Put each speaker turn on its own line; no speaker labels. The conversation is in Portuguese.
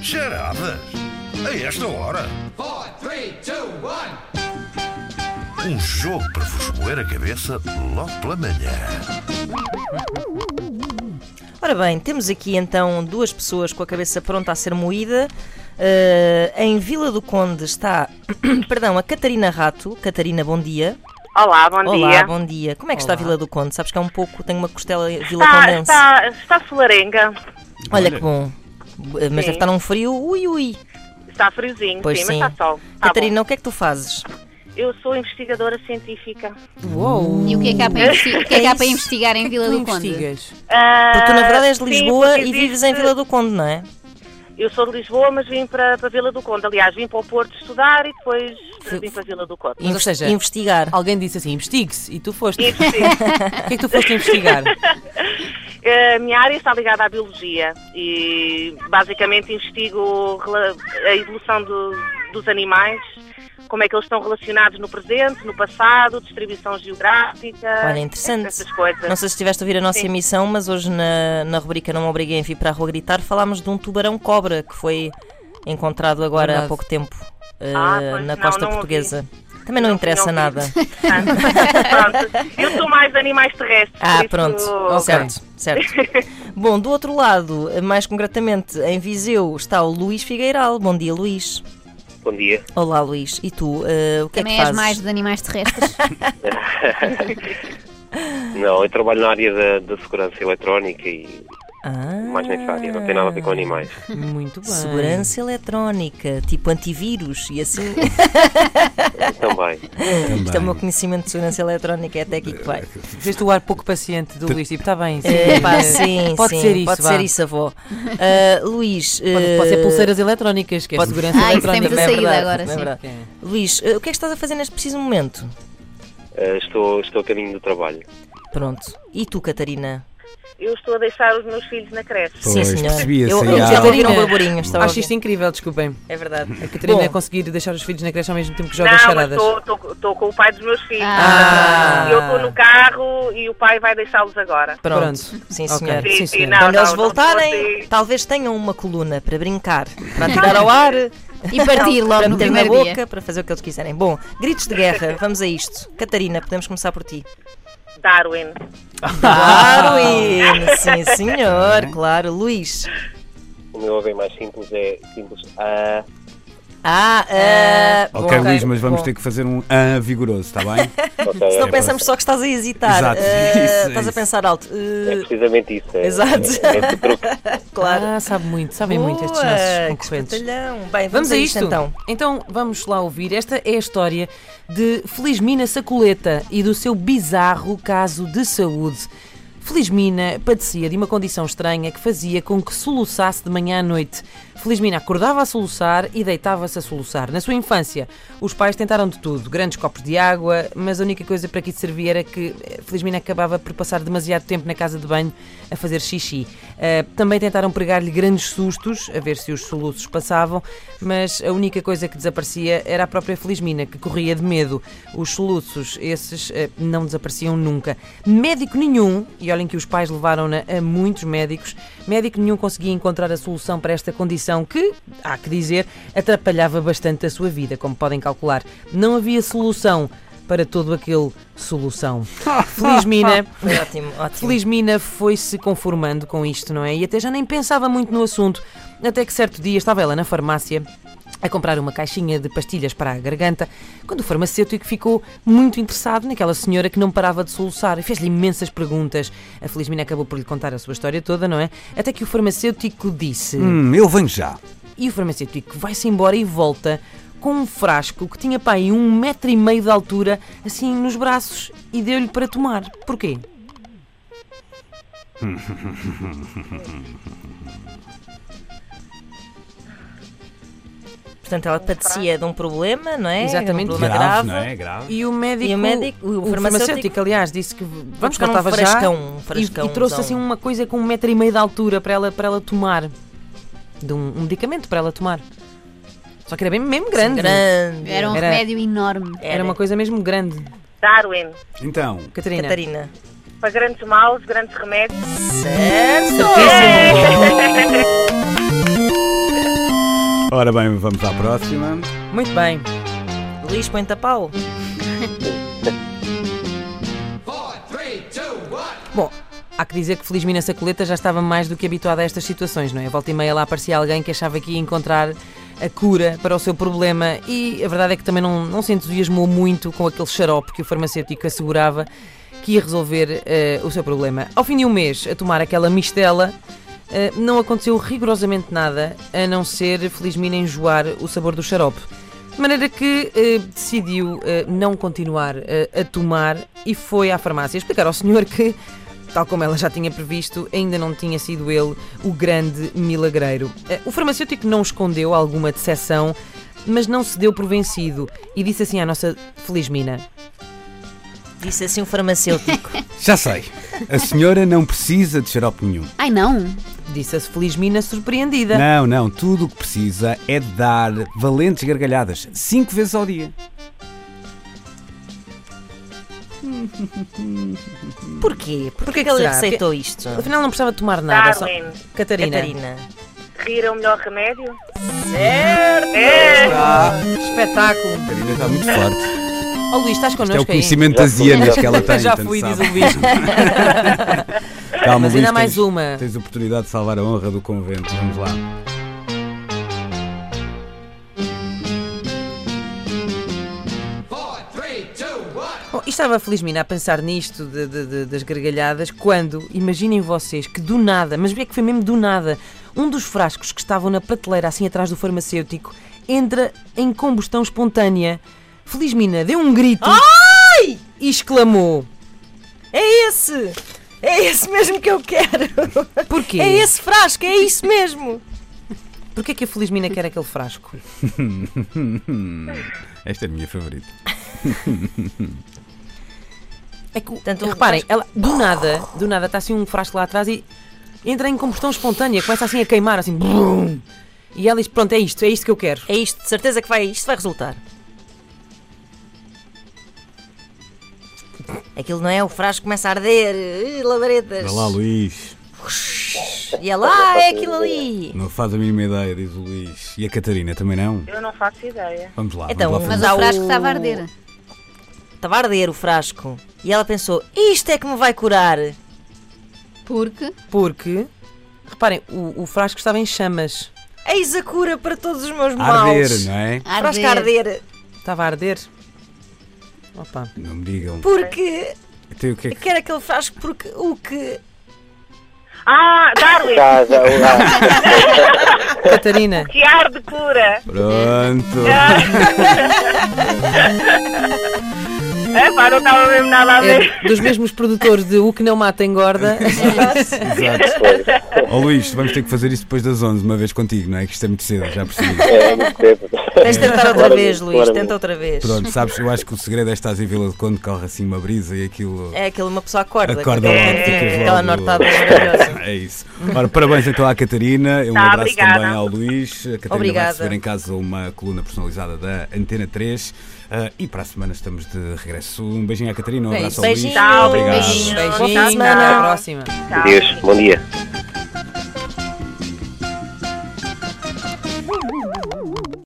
almofadas? A esta hora?
Four, three, two, one.
Um jogo para vos moer a cabeça logo pela manhã.
Ora bem, temos aqui então duas pessoas com a cabeça pronta a ser moída. Eh, em Vila do Conde está, perdão, a Catarina Rato. Catarina, bom dia.
Olá, bom
Olá,
dia.
bom dia. Como é que está a Vila do Conde? Sabes que é um pouco, tem uma costela Vila
Está,
Condense.
está, Tá, está solarenga,
Olha que bom. Eh, Mas deve
Sim. Tá
estar num frio, ui ui.
está friozinho,
Pois
sim,
sim.
mas está sol. Tá
Catarina, o que é que tu fazes?
bom. Eu sou investigadora científica.
Uou!
E o que é que há para, investi- o que é que há para
isso.
investigar em Vila do Conde?
é
Ah,
Porque tu na verdade és de
sim,
Lisboa
porque
e vives em
existe-
Vila do Conde, não é?
Eu sou de Lisboa, mas vim para, para Vila do Conde. Aliás, vim para o Porto estudar e depois vim para Vila do Conde.
Inves-
ou seja,
investigar.
Alguém disse assim, investigue-se, e tu foste.
E,
O
sim,
que é que tu foste investigar?
Eh, a minha área está ligada à biologia e basicamente investigo rela- a evolução do- dos animais, como é que eles estão relacionados no presente, no passado, distribuição geográfica,
Olha, interessante.
essas coisas.
Não sei se estiveste a ouvir a nossa
Sim.
emissão, mas hoje na, na rubrica Não Me Obriguem a Vir para a Rua Gritar falámos de um tubarão-cobra que foi encontrado agora há
Verdade.
pouco tempo eh,
Ah, pois
na
não,
costa
não ouvi.
portuguesa. Também não,
Não,
interessa
não
nada.
ouvi. Pronto. Eu sou mais de animais terrestres.
Ah,
por isso-
pronto. Certo, certo. Bom, do outro lado, mais concretamente em Viseu, está o Luís Figueiral. Bom dia, Luís.
Bom dia.
Olá, Luís. E tu, eh, o que
Também
é que
és
fazes?
mais de animais terrestres.
Não, eu trabalho na área da, da segurança eletrónica e
Ah,
mais nessa área, não tem nada a ver com animais.
Muito bem.
Segurança eletrónica, tipo antivírus e assim.
Também.
Isto é o meu conhecimento de segurança eletrónica, é até aqui que vai.
Viste o ar pouco paciente do Luís, tipo, está bem. Sim,
Eh, pá,
eh,
sim,
pode
sim,
ser isso,
pode
vá.
ser isso, avó. Ah, Luís,
Pode,
eh,
pode ser pulseiras eletrónicas, que é segurança
Ah, isso tem
eletrónica.
muita
Também é
saída
verdade,
agora,
também é
sim.
verdade. Luís, eh, o que é que estás a fazer neste preciso momento?
Eh, estou, estou a caminho do trabalho.
Pronto. E tu, Catarina?
Eu estou a deixar os meus filhos na creche.
Pois,
sim, senhor.
percebi-se,
eu,
sim, Hum.
eu
há-
já ouvi um
Catarina,
burburinho, estava a
Acho
ouvir.
isto incrível, desculpem.
É verdade. A
Catarina é conseguir deixar os filhos na creche ao mesmo tempo que joga as
não, mas
charadas.
estou- estou estou com o pai dos meus filhos.
Ah.
Eu estou no carro e o pai vai deixá-los agora.
Pronto.
Pronto.
Sim,
Ok.
senhor.
Sim, senhora.
não,
Quando
não,
eles
não
voltarem,
consigo.
talvez tenham uma coluna para brincar, para tirar ao ar,
E partir
para
logo
meter
no
na
primeiro
boca,
dia.
para fazer o que eles quiserem. Bom, gritos de guerra, vamos a isto. Catarina, podemos começar por ti.
Darwin.
Darwin! Sim, senhor, claro. Luís.
O meu bem mais simples é simples. Ah,
Ah,
É.
ah, bom,
Ok, Luís, mas vamos
bom.
ter que fazer um ah vigoroso, está bem?
ok,
Se não
é,
pensamos só que estás a hesitar,
Exato,
ah,
isso, é
estás a
isso.
pensar alto.
é
Ah,
precisamente isso. É,
Exato.
É, é esse truque.
claro.
Ah, sabe muito, sabem muito estes
Boa,
nossos
que
concorrentes.
espetalhão. Bem, vamos,
Vamos a isto
então.
Então vamos lá ouvir. Esta é a história de Felizmina Sacoleta e do seu bizarro caso de saúde. Felizmina padecia de uma condição estranha que fazia com que soluçasse de manhã à noite. Felizmina acordava a soluçar e deitava-se a soluçar. Na sua infância, os pais tentaram de tudo, grandes copos de água, mas a única coisa para que isso servia era que eh, Felizmina acabava por passar demasiado tempo na casa de banho a fazer xixi. Eh, também tentaram pregar-lhe grandes sustos, a ver se os soluços passavam, mas a única coisa que desaparecia era a própria Felizmina, que corria de medo. Os soluços, esses, eh, não desapareciam nunca. Médico nenhum, e olhem que os pais levaram-na a muitos médicos, médico nenhum conseguia encontrar a solução para esta condição que, há que dizer, atrapalhava bastante a sua vida, como podem calcular. Não havia solução para todo aquele solução. Felizmina.
Foi ótimo, ótimo.
Feliz Mina foi-se conformando com isto, não é? E até já nem pensava muito no assunto. Até que certo dia estava ela na farmácia a comprar uma caixinha de pastilhas para a garganta, quando o farmacêutico ficou muito interessado naquela senhora que não parava de soluçar e fez-lhe imensas perguntas. A Felizmina acabou por lhe contar a sua história toda, não é? Até que o farmacêutico disse.
Hum, eu venho já.
E o farmacêutico vai-se embora e volta com um frasco que tinha pá, aí um metro e meio de altura, assim nos braços, e deu-lhe para tomar. Porquê?
Portanto, ela padecia de um problema, não é?
Exatamente.
De Um problema grave.
Grave, não é? Grave.
E o médico,
E o médico- o
o farmacêutico,
farmacêutico,
aliás, disse que vamos
buscar um
cortava
frascão,
já
um frascão,
e, e trouxe
usão.
assim uma coisa com um metro e meio de altura para ela, para ela tomar. De um, um medicamento para ela tomar. Só que era bem, mesmo grande.
Grande.
Era um
Era-
remédio enorme.
Era uma coisa mesmo grande.
Darwin.
Então,
Catarina.
Catarina.
Para grandes maus, grandes remédios.
Certo.
É. Certíssimo.
ó Ora bem, vamos à próxima.
Muito bem.
Luís Pentapau.
Four, three, two, one.
Bom, há que dizer que Feliz Mina Sacoleta já estava mais do que habituada a estas situações, não é? Volta e meia lá aparecia alguém que achava que ia encontrar a cura para o seu problema e a verdade é que também não, não se entusiasmou muito com aquele xarope que o farmacêutico assegurava que ia resolver eh, o seu problema. Ao fim de um mês, a tomar aquela mistela, eh, não aconteceu rigorosamente nada a não ser Feliz Mina enjoar o sabor do xarope. De maneira que eh, decidiu eh, não continuar eh, a tomar e foi à farmácia explicar ao senhor que, tal como ela já tinha previsto, ainda não tinha sido ele o grande milagreiro. Eh, o farmacêutico não escondeu alguma decepção, mas não se deu por vencido e disse assim à nossa feliz mina:
Disse assim o farmacêutico.
Já sei. A senhora não precisa de xarope nenhum.
Ai não,
Disse a feliz mina surpreendida.
Não, não. Tudo o que precisa é dar valentes gargalhadas cinco vezes ao dia.
Porquê?
Porquê
Porquê
que
que ele
será?
receitou isto?
Afinal, não precisava de tomar nada. só-
Darwin.
Catarina.
Catarina.
Rir é o melhor remédio? É.
Espetáculo.
A Catarina está muito forte.
Ó Oh, Luís, estás
Isto é
connosco
o conhecimento
Já
das
fui,
hienas
já
que ela tem.
aí? Já
tanto
fui, diz
sabe.
o Luís.
Calma,
Mas
Luís,
ainda há mais
tens-
uma.
Tens a oportunidade de salvar a honra do convento. Vamos lá.
Four, three, two, one.
Bom, e estava a feliz mina a pensar nisto de- de- de- das gargalhadas quando, imaginem vocês, que do nada, mas bem que foi mesmo do nada, um dos frascos que estavam na prateleira assim atrás do farmacêutico entra em combustão espontânea. Feliz mina deu um grito e exclamou.
É esse! É esse mesmo que eu quero!
Porquê?
É esse frasco, é isso mesmo!
Porquê que a feliz mina quer aquele frasco?
Esta é a minha favorita.
É que, o-
Tanto um
reparem,
frasco-
ela do nada, do nada, está assim um frasco lá atrás e entra em combustão espontânea, começa assim a queimar, assim. brum. E ela diz: Pronto, é isto, é isto que eu quero.
É isto, de certeza que vai, isto vai resultar. Aquilo não é? O frasco começa a arder, eh, labaredas.
Vai lá, Luís.
E ela, ah, é aquilo ali!
Não faz a mínima ideia, diz o Luís. E a Catarina também não?
Eu não faço ideia.
Vamos lá.
Então,
vamos lá
mas
Dá
o frasco
o-
estava a arder.
Estava a arder o frasco. E ela pensou, isto é que me vai curar!
Porque
Porque, reparem, o, o frasco estava em chamas.
Eis a cura para todos os meus maus!
Arder, não é?
Frasco a
arder.
arder!
Estava a arder. Opa.
Não me digam.
Porque
Então, o que é que...
quero aquele frasco porque o que
Ah, Darwin,
Já, já, já.
Catarina,
que ar de cura!
Pronto.
É pá, não estava mesmo nada a ver.
é dos mesmos produtores de O Que Não Mata Engorda.
Ó Luís, vamos ter que fazer isso depois das 11, uma vez contigo, não é? Que isto é muito cedo, já percebi.
É, muito tempo.
Tens de tentar outra
Claramente,
vez, Luís,
claramente.
tenta outra vez.
É. Pronto, sabes, eu acho que o segredo é estás em Vila de Conde, corre assim uma brisa e aquilo...
É aquele uma pessoa acorda.
Acorda
aquele
logo,
cantinho,
ficas
Aquela
logo-
nortada maravilhosa.
É isso. Ora, parabéns então à Catarina, um
Tá,
abraço
obrigada.
também ao Luís. A Catarina vai
Obrigada.
receber em casa uma coluna personalizada da Antena 3. Ah, e para a semana estamos de regresso. Um beijinho à Catarina, um
É
abraço
isso.
ao Luís.
Beijinho. Beijinho.
Obrigado.
Beijinho,
Boa
até à
semana.
próxima.
Adeus, bom dia.